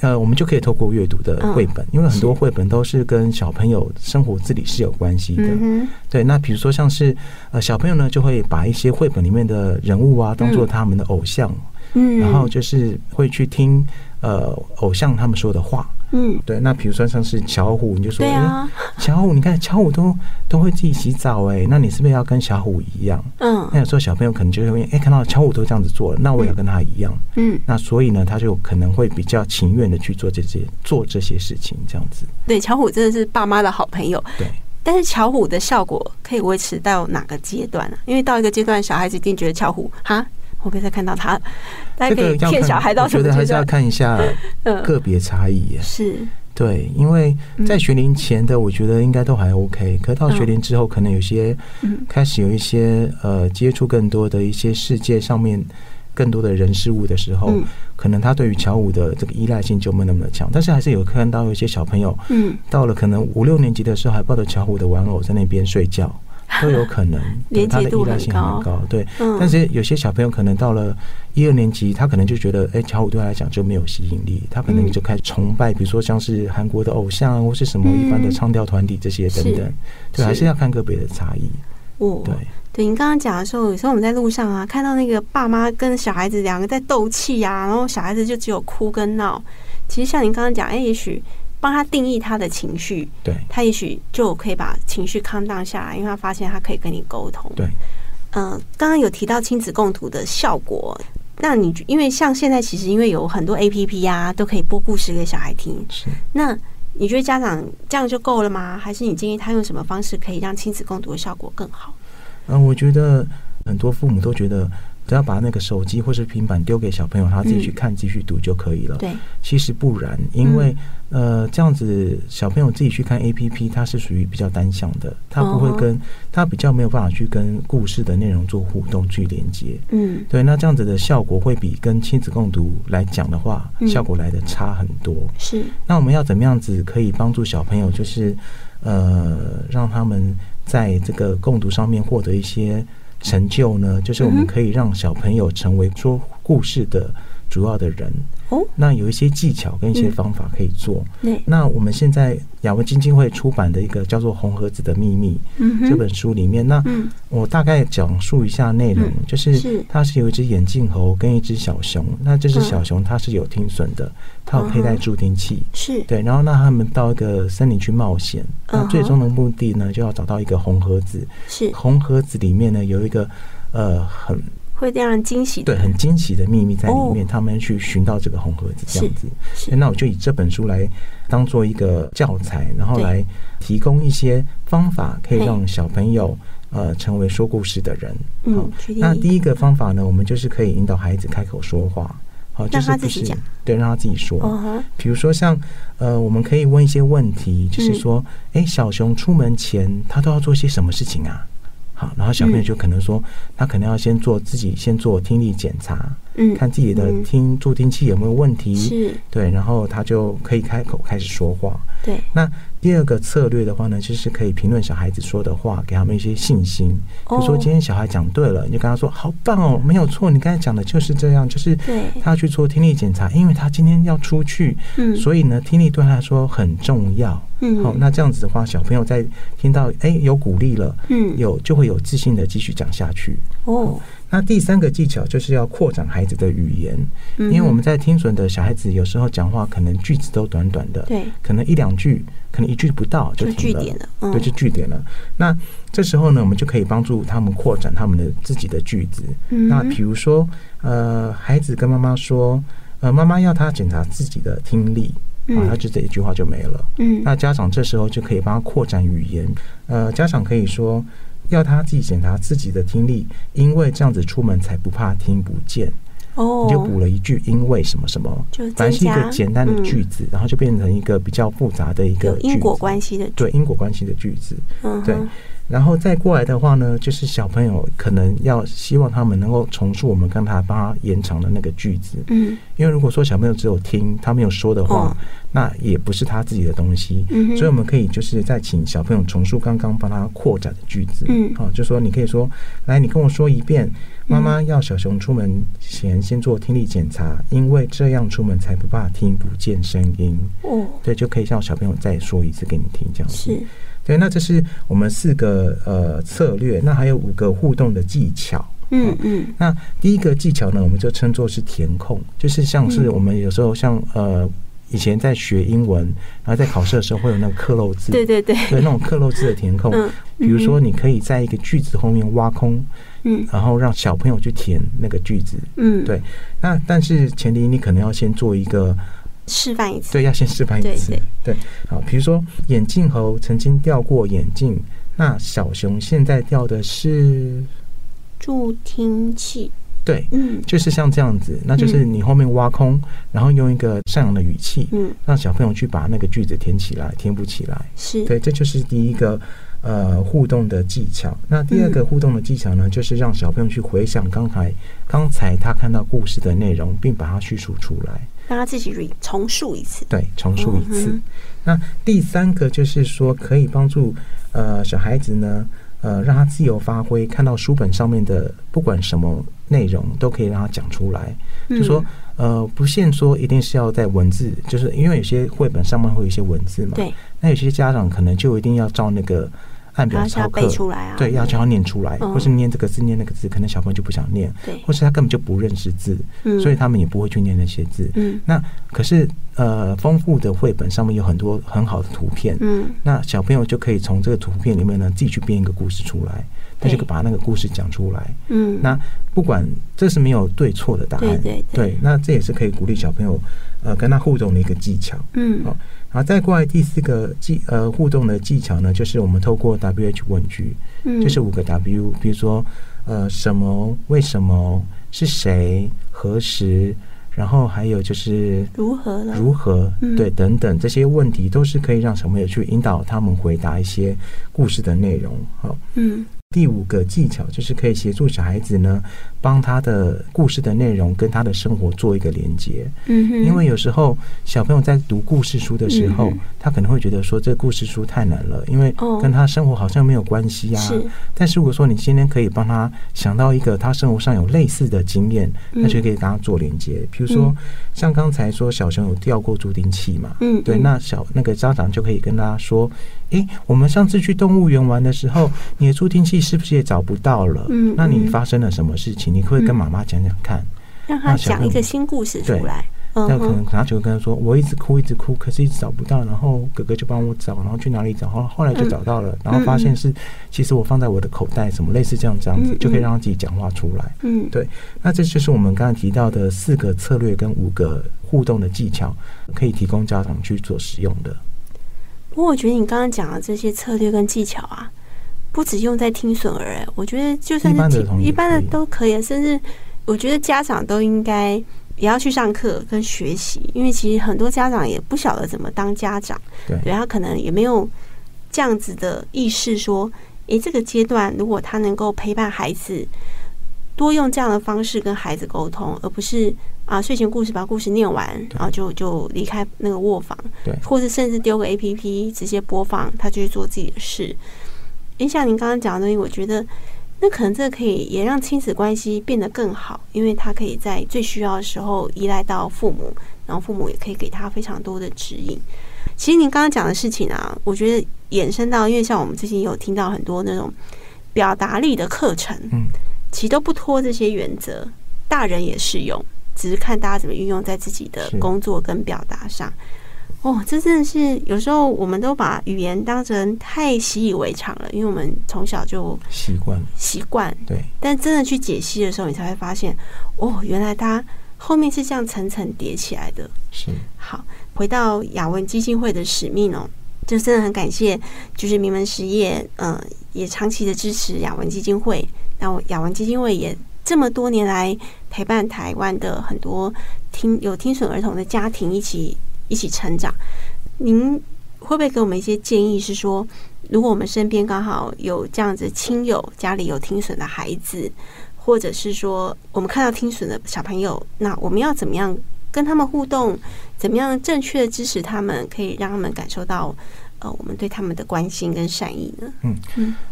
Speaker 3: 呃，我们就可以透过阅读的绘
Speaker 2: 嗯
Speaker 3: 本，因为很多
Speaker 2: 是
Speaker 3: 绘本都是跟小朋友生活自理是有关系的。
Speaker 2: 嗯哼，
Speaker 3: 对，那比如说像是呃小朋友呢，就会把一些绘本里面的人物啊当做他们的偶像，
Speaker 2: 嗯，
Speaker 3: 然后就是会去听呃偶像他们说的话。
Speaker 2: 嗯，
Speaker 3: 对，那比如说像是巧虎，你就说，
Speaker 2: 对
Speaker 3: 哎、
Speaker 2: 啊，
Speaker 3: 小虎，你看小虎都都会自己洗澡哎、那你是不是要跟小虎一样？
Speaker 2: 嗯
Speaker 3: 那有时候小朋友可能就会问哎、看到小虎都这样子做了，那我也要跟他一样。
Speaker 2: 嗯，
Speaker 3: 那所以呢，他就可能会比较情愿的去做这些做这些事情，这样子。
Speaker 2: 对，巧虎真的是爸妈的好朋友。
Speaker 3: 对，
Speaker 2: 但是巧虎的效果可以维持到哪个阶段呢、因为到一个阶段，小孩子一定觉得巧虎哈，我不要再看到他了，大家
Speaker 3: 这
Speaker 2: 可
Speaker 3: 个
Speaker 2: 以
Speaker 3: 要
Speaker 2: 骗
Speaker 3: 看，
Speaker 2: 小孩到
Speaker 3: 我
Speaker 2: 什
Speaker 3: 觉
Speaker 2: 么
Speaker 3: 得还
Speaker 2: 阶
Speaker 3: 是要
Speaker 2: 段？
Speaker 3: 看一下
Speaker 2: 嗯，
Speaker 3: 个别差异耶。
Speaker 2: 是，
Speaker 3: 对，因为在学龄前的，我觉得应该都还 OK，、可到
Speaker 2: 嗯
Speaker 3: 学龄之后，可能有些、
Speaker 2: 嗯
Speaker 3: 开始有一些呃接触更多的一些世界上面更多的人事物的时候，
Speaker 2: 嗯
Speaker 3: 可能他对于巧舞的这个依赖性就没那么的强，但是还是有看到有一些小朋友
Speaker 2: 嗯，，
Speaker 3: 到了可能五六年级的时候，还抱着巧虎的玩偶在那边睡觉，都有可能对
Speaker 2: 连接
Speaker 3: 他的
Speaker 2: 度
Speaker 3: 依赖
Speaker 2: 很
Speaker 3: 性
Speaker 2: 高
Speaker 3: 很高，对。
Speaker 2: 嗯
Speaker 3: 但是有些小朋友可能到了一二年级，他可能就觉得，哎、巧虎对他来讲就没有吸引力，他可能
Speaker 2: 嗯
Speaker 3: 就开始崇拜，比如说像是韩国的偶像啊或是什么一般的
Speaker 2: 嗯
Speaker 3: 唱跳团体这些等等
Speaker 2: 是，
Speaker 3: 对，还
Speaker 2: 嗯是
Speaker 3: 是要看个别的差异，
Speaker 2: 我
Speaker 3: 对。
Speaker 2: 对您刚刚讲的时候，有时候我们在路上啊，看到那个爸妈跟小孩子两个在斗气呀、然后小孩子就只有哭跟闹。其实像您刚刚讲，哎，也许帮他定义他的情绪，
Speaker 3: 对
Speaker 2: 他也许就可以把情绪 calm down 下来，因为他发现他可以跟你沟通。
Speaker 3: 对，
Speaker 2: 嗯、刚刚有提到亲子共读的效果，那你因为像现在其实因为有很多 A P P 呀，都可以播故事给小孩听，
Speaker 3: 是。
Speaker 2: 那你觉得家长这样就够了吗？还是你建议他用什么方式可以让亲子共读的效果更好？
Speaker 3: 嗯、我觉得很多父母都觉得，只要把那个手机或是平板丢给小朋友，他自己去
Speaker 2: 嗯
Speaker 3: 看、自己去读就可以了。
Speaker 2: 对，
Speaker 3: 其实不然，
Speaker 2: 嗯
Speaker 3: 因为、呃，这样子小朋友自己去看 A P P，它是属于比较单向的，他不会
Speaker 2: 哦
Speaker 3: 跟、他比较没有办法去跟故事的内容做互动去连接。
Speaker 2: 嗯
Speaker 3: 对，那这样子的效果会比跟亲子共读来讲的话，
Speaker 2: 嗯
Speaker 3: 效果来的差很多。
Speaker 2: 是，
Speaker 3: 那我们要怎么样子可以帮助小朋友，就是呃，让他们在这个共读上面获得一些成就呢？就是我
Speaker 2: 嗯
Speaker 3: 们
Speaker 2: 哼
Speaker 3: 可以让小朋友成为说故事的主要的人。
Speaker 2: 哦，
Speaker 3: 那有一些技巧跟
Speaker 2: 嗯
Speaker 3: 一些方法可以做。
Speaker 2: 对，
Speaker 3: 那我们现在雅文基金会出版的一个叫做《红盒子的秘密》
Speaker 2: 嗯
Speaker 3: 这
Speaker 2: 哼，
Speaker 3: 本书里面，那
Speaker 2: 嗯
Speaker 3: 我大概讲述一下内容，
Speaker 2: 嗯
Speaker 3: 就是
Speaker 2: 是嗯
Speaker 3: 它是有一只眼镜猴跟一只小熊，那这只小熊它是有听损的，它有佩戴助听器。
Speaker 2: 是，
Speaker 3: 对，然后那他们到一个森林去冒险，
Speaker 2: 嗯
Speaker 3: 那
Speaker 2: 哼
Speaker 3: 最终的目的呢，就要找到一个红盒子。
Speaker 2: 是
Speaker 3: 红盒子里面呢有一个呃很
Speaker 2: 会让人惊喜的，
Speaker 3: 对，很惊喜的秘密在里面，他们去寻到这个红盒子这样子。
Speaker 2: 哦是
Speaker 3: 所以那我就以这本书来当做一个教材，然后
Speaker 2: 对
Speaker 3: 来提供一些方法，可以
Speaker 2: 嘿
Speaker 3: 让小朋友呃成为说故事的人。好
Speaker 2: 嗯，确定
Speaker 3: 那第一个方法呢，我们就是可以引导孩子开口说话，好，就
Speaker 2: 让
Speaker 3: 是
Speaker 2: 他
Speaker 3: 不
Speaker 2: 自己
Speaker 3: 是
Speaker 2: 讲
Speaker 3: 对，让他自己说。
Speaker 2: 哦哈，
Speaker 3: 比如说像呃，我们可以问一些问
Speaker 2: 嗯
Speaker 3: 题，就是说，哎、小熊出门前他都要做些什么事情啊？好，然后小朋友
Speaker 2: 嗯
Speaker 3: 就可能说，他可能要先做自己先做听力检查，
Speaker 2: 嗯，
Speaker 3: 看自己的
Speaker 2: 嗯
Speaker 3: 听助听器有没有问题，
Speaker 2: 是，
Speaker 3: 对，然后他就可以开口开始说话。
Speaker 2: 对，
Speaker 3: 那第二个策略的话呢，就是可以评论小孩子说的话，给他们一些信心。比
Speaker 2: 哦
Speaker 3: 如说今天小孩讲对了，你就跟他说：“好棒哦，没有错，你刚才讲的就是这样，就是
Speaker 2: 对
Speaker 3: 他要去做听力检查，因为他今天要出去，
Speaker 2: 嗯
Speaker 3: 所以呢，听力对他来说很重要。
Speaker 2: 嗯
Speaker 3: 好、那这样子的话，小朋友在听到哎有鼓励了，
Speaker 2: 嗯
Speaker 3: 有就会有自信的继续讲下去。
Speaker 2: 哦，
Speaker 3: 那第三个技巧就是要扩展孩子的语言，
Speaker 2: 因
Speaker 3: 因为我们在听损的小孩子有时候讲话可能句子都短短的，
Speaker 2: 对
Speaker 3: 可能一两句，可能一句不到就
Speaker 2: 就
Speaker 3: 停
Speaker 2: 据
Speaker 3: 了，
Speaker 2: 点了，嗯
Speaker 3: 对，就据点了。那这时候呢，我们就可以帮助他们扩展他们的自己的句子。
Speaker 2: 嗯
Speaker 3: 那比如说，呃，孩子跟妈妈说，呃，妈妈要他检查自己的听力，啊，他
Speaker 2: 嗯
Speaker 3: 就这一句话就没了。
Speaker 2: 嗯
Speaker 3: 那家长这时候就可以帮他扩展语言，呃，家长可以说要他自己检查自己的听力，因为这样子出门才不怕听不见。
Speaker 2: 哦
Speaker 3: 你就补了一句“因为什么什么
Speaker 2: 就”，
Speaker 3: 反正是一
Speaker 2: 增
Speaker 3: 个
Speaker 2: 加嗯
Speaker 3: 简单的句子，然后就变成一个比较复杂的一个
Speaker 2: 有因果关
Speaker 3: 系，
Speaker 2: 系的，
Speaker 3: 对因果关系的句子。
Speaker 2: 嗯
Speaker 3: 对
Speaker 2: 哼，
Speaker 3: 然后再过来的话呢，就是小朋友可能要希望他们能够重述我们刚才帮他延长的那个句子，
Speaker 2: 嗯
Speaker 3: 因为如果说小朋友只有听，他没有说的话，那也不是他自己的东西。
Speaker 2: 哦嗯哼
Speaker 3: 所以我们可以就是再请小朋友重述刚刚帮他扩展的句子，
Speaker 2: 嗯
Speaker 3: 好、就说你可以说，来，你跟我说一遍，妈妈要小熊出门前先做听力检查，因为这样出门才不怕听不见声音。
Speaker 2: 哦
Speaker 3: 对，就可以让小朋友再说一次给你听，这样子。
Speaker 2: 是
Speaker 3: 对，那这是我们四个呃策略，那还有五个互动的技巧。
Speaker 2: 嗯嗯
Speaker 3: 那第一个技巧呢，我们就称作是填空，就是像是
Speaker 2: 嗯
Speaker 3: 我们有时候像呃以前在学英文，然后在考试的时候会有那个克漏字，
Speaker 2: 对对对
Speaker 3: 对那种克漏字的填空
Speaker 2: 嗯，
Speaker 3: 比如说你可以在一个句子后面挖空，
Speaker 2: 嗯
Speaker 3: 然后让小朋友去填那个句子。
Speaker 2: 嗯
Speaker 3: 对，那但是前提你可能要先做一个
Speaker 2: 示范一次
Speaker 3: 对，要先示范一次。
Speaker 2: 对
Speaker 3: 对好，比如说眼镜猴曾经掉过眼镜，那小熊现在掉的是
Speaker 2: 助听器
Speaker 3: 对，
Speaker 2: 嗯
Speaker 3: 就是像这样子，那就是你后面挖空，然后用一个善良的语气，
Speaker 2: 嗯
Speaker 3: 让小朋友去把那个句子填起来，填补起来。
Speaker 2: 是
Speaker 3: 对，这就是第一个。呃，互动的技巧。那第二个互动的技巧呢，就是让小朋友去回想刚才刚才他看到故事的内容，并把它叙述出来。
Speaker 2: 让他自己 re- 重述一次
Speaker 3: 对，重述一
Speaker 2: 嗯
Speaker 3: 次。
Speaker 2: 哼
Speaker 3: 那第三个就是说，可以帮助呃小孩子呢，呃让他自由发挥，看到书本上面的不管什么内容，都可以让他讲出来。
Speaker 2: 嗯
Speaker 3: 就说呃不限说一定是要在文字，就是因为有些绘本上面会有一些文字嘛，
Speaker 2: 对，
Speaker 3: 那有些家长可能就一定要照那个按
Speaker 2: 然
Speaker 3: 表
Speaker 2: 后是
Speaker 3: 操
Speaker 2: 要
Speaker 3: 课
Speaker 2: 背。出来啊
Speaker 3: 对，要叫他念出来，
Speaker 2: 嗯
Speaker 3: 或是念这个字念那个字，可能小朋友就不想念，
Speaker 2: 对
Speaker 3: 或是他根本就不认识字，
Speaker 2: 嗯
Speaker 3: 所以他们也不会去念那些字。
Speaker 2: 嗯
Speaker 3: 那可是呃，丰富的绘本上面有很多很好的图片，
Speaker 2: 嗯
Speaker 3: 那小朋友就可以从这个图片里面呢自己去编一个故事出来，他就
Speaker 2: 对
Speaker 3: 把那个故事讲出来。
Speaker 2: 嗯
Speaker 3: 那不管这是没有对错的答
Speaker 2: 对
Speaker 3: 案，
Speaker 2: 对对
Speaker 3: 那这也是可以鼓励小朋友呃跟他互动的一个技巧。
Speaker 2: 嗯
Speaker 3: 好，然后再过来第四个技呃互动的技巧呢，就是我们透过 W H 问句，
Speaker 2: 嗯
Speaker 3: 就是五个 W，比如说呃什么、为什么、是谁、何时，然后还有就是
Speaker 2: 如何了
Speaker 3: 如何，
Speaker 2: 嗯
Speaker 3: 对等等这些问题，都是可以让小朋友去引导他们回答一些故事的内容。好，
Speaker 2: 嗯
Speaker 3: 第五个技巧就是可以协助小孩子呢，帮他的故事的内容跟他的生活做一个连接。
Speaker 2: 嗯哼，
Speaker 3: 因为有时候小朋友在读故事书的时候，
Speaker 2: 嗯
Speaker 3: 他可能会觉得说这故事书太难了，因为
Speaker 2: 哦
Speaker 3: 跟他生活好像没有关系呀、
Speaker 2: 是
Speaker 3: 但是如果说你今天可以帮他想到一个他生活上有类似的经验，
Speaker 2: 嗯
Speaker 3: 那就可以跟他做连接。比如说
Speaker 2: 嗯
Speaker 3: 像刚才说小熊有掉过助听器嘛，
Speaker 2: 嗯
Speaker 3: 对，
Speaker 2: 嗯
Speaker 3: 那小那个家长就可以跟他说，诶，我们上次去动物园玩的时候，你的助听器是不是也找不到了？
Speaker 2: 嗯
Speaker 3: 那你
Speaker 2: 嗯
Speaker 3: 发生了什么事情？你可不可以跟妈妈讲讲看？
Speaker 2: 让他讲一个新故事出来。嗯
Speaker 3: 那可
Speaker 2: 哼
Speaker 3: 能他就会跟他说，我一直哭，一直哭，可是一直找不到。然后哥哥就帮我找，然后去哪里找，后后来就找到了，然后发现是其实我放在我的口袋，什么类似这样这样子，
Speaker 2: 嗯嗯
Speaker 3: 就可以让他自己讲话出来。
Speaker 2: 嗯，
Speaker 3: 对，那这就是我们刚才提到的四个策略跟五个互动的技巧，可以提供家长去做使用的。
Speaker 2: 不过我觉得你刚刚讲的这些策略跟技巧啊，不只用在听损儿、欸，我觉得就算
Speaker 3: 一般
Speaker 2: 是
Speaker 3: 的
Speaker 2: 听
Speaker 3: 同学
Speaker 2: 一般
Speaker 3: 也可
Speaker 2: 的
Speaker 3: 以
Speaker 2: 都可以，啊甚至我觉得家长都应该也要去上课跟学习，因为其实很多家长也不晓得怎么当家长，
Speaker 3: 对
Speaker 2: 他可能也没有这样子的意识说，诶，这个阶段如果他能够陪伴孩子，多用这样的方式跟孩子沟通，而不是啊睡前故事把故事念完，然后就就离开那个卧房，
Speaker 3: 对
Speaker 2: 或是甚至丢个 A P P 直接播放，他就去做自己的事。诶，像您刚刚讲的东西，我觉得那可能这可以也让亲子关系变得更好，因为他可以在最需要的时候依赖到父母，然后父母也可以给他非常多的指引。其实您刚刚讲的事情啊，我觉得衍生到，因为像我们最近有听到很多那种表达力的课程，
Speaker 3: 嗯，
Speaker 2: 其实都不脱这些原则，大人也适用，只是看大家怎么运用在自己的
Speaker 3: 是
Speaker 2: 工作跟表达上。哦，这真的是有时候我们都把语言当成太习以为常了，因为我们从小就
Speaker 3: 习惯，
Speaker 2: 习惯，
Speaker 3: 对，
Speaker 2: 但真的去解析的时候，你才会发现，哦，原来它后面是这样层层叠起来的。
Speaker 3: 是
Speaker 2: 好，回到雅文基金会的使命哦，就真的很感谢，就是名门实业，嗯、也长期的支持雅文基金会。那我雅文基金会也这么多年来陪伴台湾的很多听有听损儿童的家庭一起一起成长。您会不会给我们一些建议？是说，如果我们身边刚好有这样子亲友家里有听损的孩子，或者是说我们看到听损的小朋友，那我们要怎么样跟他们互动？怎么样正确的支持他们，可以让他们感受到呃我们对他们的关心跟善意呢？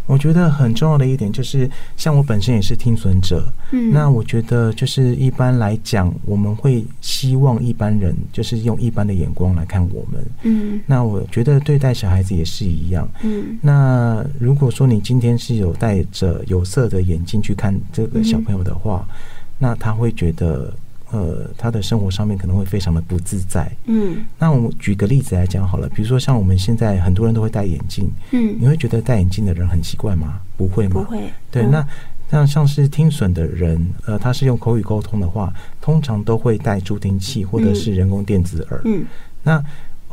Speaker 3: 我觉得很重要的一点就是，像我本身也是听损者，
Speaker 2: 嗯
Speaker 3: 那我觉得就是一般来讲，我们会希望一般人就是用一般的眼光来看我们。
Speaker 2: 嗯
Speaker 3: 那我觉得对待小孩子也是一样。
Speaker 2: 嗯
Speaker 3: 那如果说你今天是有戴着有色的眼镜去看这个小朋友的话，那他会觉得，呃，他的生活上面可能会非常的不自在。
Speaker 2: 嗯
Speaker 3: 那我们举个例子来讲好了，比如说像我们现在很多人都会戴眼镜，你
Speaker 2: 嗯，
Speaker 3: 会觉得戴眼镜的人很奇怪吗？不会吗？
Speaker 2: 不会，
Speaker 3: 对，
Speaker 2: 嗯
Speaker 3: 那像像是听损的人，呃，他是用口语沟通的话，通常都会带助听器或者是人工电子耳。
Speaker 2: 嗯
Speaker 3: 那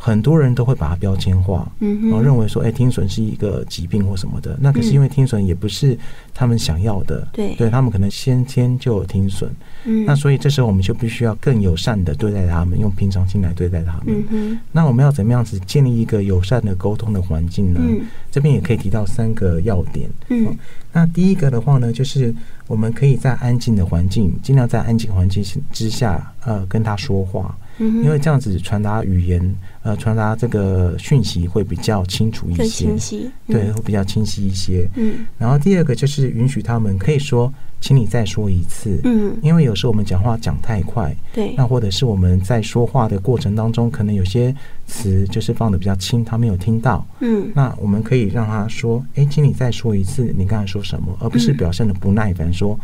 Speaker 3: 很多人都会把它标签化，
Speaker 2: 嗯
Speaker 3: 然后
Speaker 2: 哼，
Speaker 3: 认为说，哎、听损是一个疾病或什么的。那可是因为听损也不是他们想要的，
Speaker 2: 对
Speaker 3: 对他们可能先天就有听损。
Speaker 2: 嗯
Speaker 3: 那所以这时候我们就必须要更友善的对待他们，用平常心来对待他们。
Speaker 2: 嗯哼
Speaker 3: 那我们要怎么样子建立一个友善的沟通的环境呢？
Speaker 2: 嗯
Speaker 3: 这边也可以提到三个要点。
Speaker 2: 嗯
Speaker 3: 那第一个的话呢，就是我们可以在安静的环境，尽量在安静环境之下，呃，跟他说话，
Speaker 2: 嗯哼，
Speaker 3: 因为这样子传达语言，呃，传达这个讯息会比较清楚一
Speaker 2: 更
Speaker 3: 些
Speaker 2: 清，晰，
Speaker 3: 对，会比较清晰一些。
Speaker 2: 嗯
Speaker 3: 然后第二个就是允许他们可以说，请你再说一次，
Speaker 2: 嗯
Speaker 3: 因为有时候我们讲话讲太快，
Speaker 2: 对
Speaker 3: 那或者是我们在说话的过程当中，可能有些词就是放的比较轻，他没有听到，
Speaker 2: 嗯
Speaker 3: 那我们可以让他说：“哎，请你再说一次你刚才说什么，而不
Speaker 2: 嗯
Speaker 3: 是表现的不耐烦，说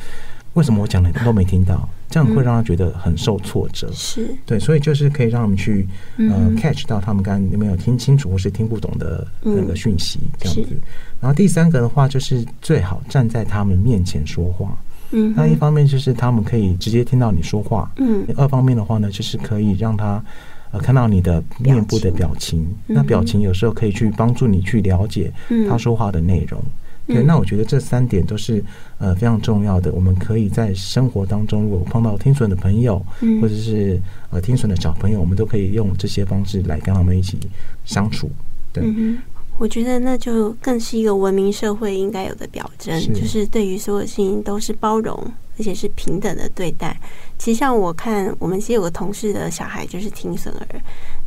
Speaker 3: 为什么我讲的都没听到？”这样会让他觉得很受挫折。
Speaker 2: 是
Speaker 3: 对，所以就是可以让我们去呃
Speaker 2: 嗯
Speaker 3: catch 到他们刚才有没有听清楚或是听不懂的那个讯息这样
Speaker 2: 嗯是
Speaker 3: 子。然后第三个的话，就是最好站在他们面前说话。
Speaker 2: 嗯
Speaker 3: 那一
Speaker 2: 哼
Speaker 3: 方面就是他们可以直接听到你说话，
Speaker 2: 嗯
Speaker 3: 二方面的话呢，就是可以让他呃看到你的面部的表情，那表情有时候可以去帮助你去了解
Speaker 2: 嗯
Speaker 3: 他说话的内容。对，
Speaker 2: 嗯
Speaker 3: 那我觉得这三点都是呃非常重要的。我们可以在生活当中，如果碰到听损的朋友，
Speaker 2: 嗯
Speaker 3: 或者是呃听损的小朋友，我们都可以用这些方式来跟他们一起相处。对，
Speaker 2: 嗯哼。我觉得那就更是一个文明社会应该有的表征，
Speaker 3: 是
Speaker 2: 就是对于所有事情都是包容，而且是平等的对待。其实像我看，我们其实有个同事的小孩就是听损儿，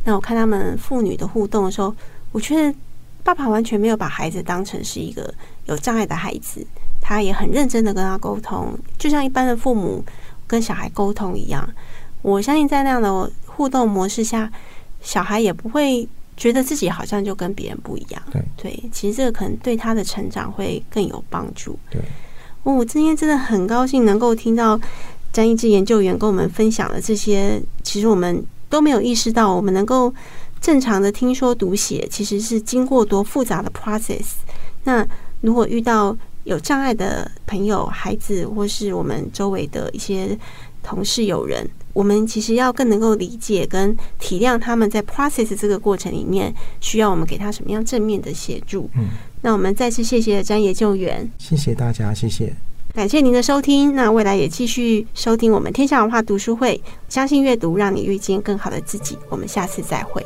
Speaker 2: 那我看他们父女的互动的时候，我觉得爸爸完全没有把孩子当成是一个有障碍的孩子，他也很认真的跟他沟通，就像一般的父母跟小孩沟通一样。我相信在那样的互动模式下，小孩也不会觉得自己好像就跟别人不一样。
Speaker 3: 对
Speaker 2: 其实这个可能对他的成长会更有帮助。
Speaker 3: 对
Speaker 2: 哦，我今天真的很高兴能够听到詹一之研究员跟我们分享的这些，其实我们都没有意识到，我们能够正常的听说读写，其实是经过多复杂的 process。那如果遇到有障碍的朋友、孩子，或是我们周围的一些同事、友人，我们其实要更能够理解跟体谅他们在 process 这个过程里面需要我们给他什么样正面的协助。
Speaker 3: 嗯，
Speaker 2: 那我们再次谢谢詹研究员。
Speaker 3: 谢谢大家，谢谢。
Speaker 2: 感谢您的收听，那未来也继续收听我们天下文化读书会，相信阅读让你遇见更好的自己。我们下次再会。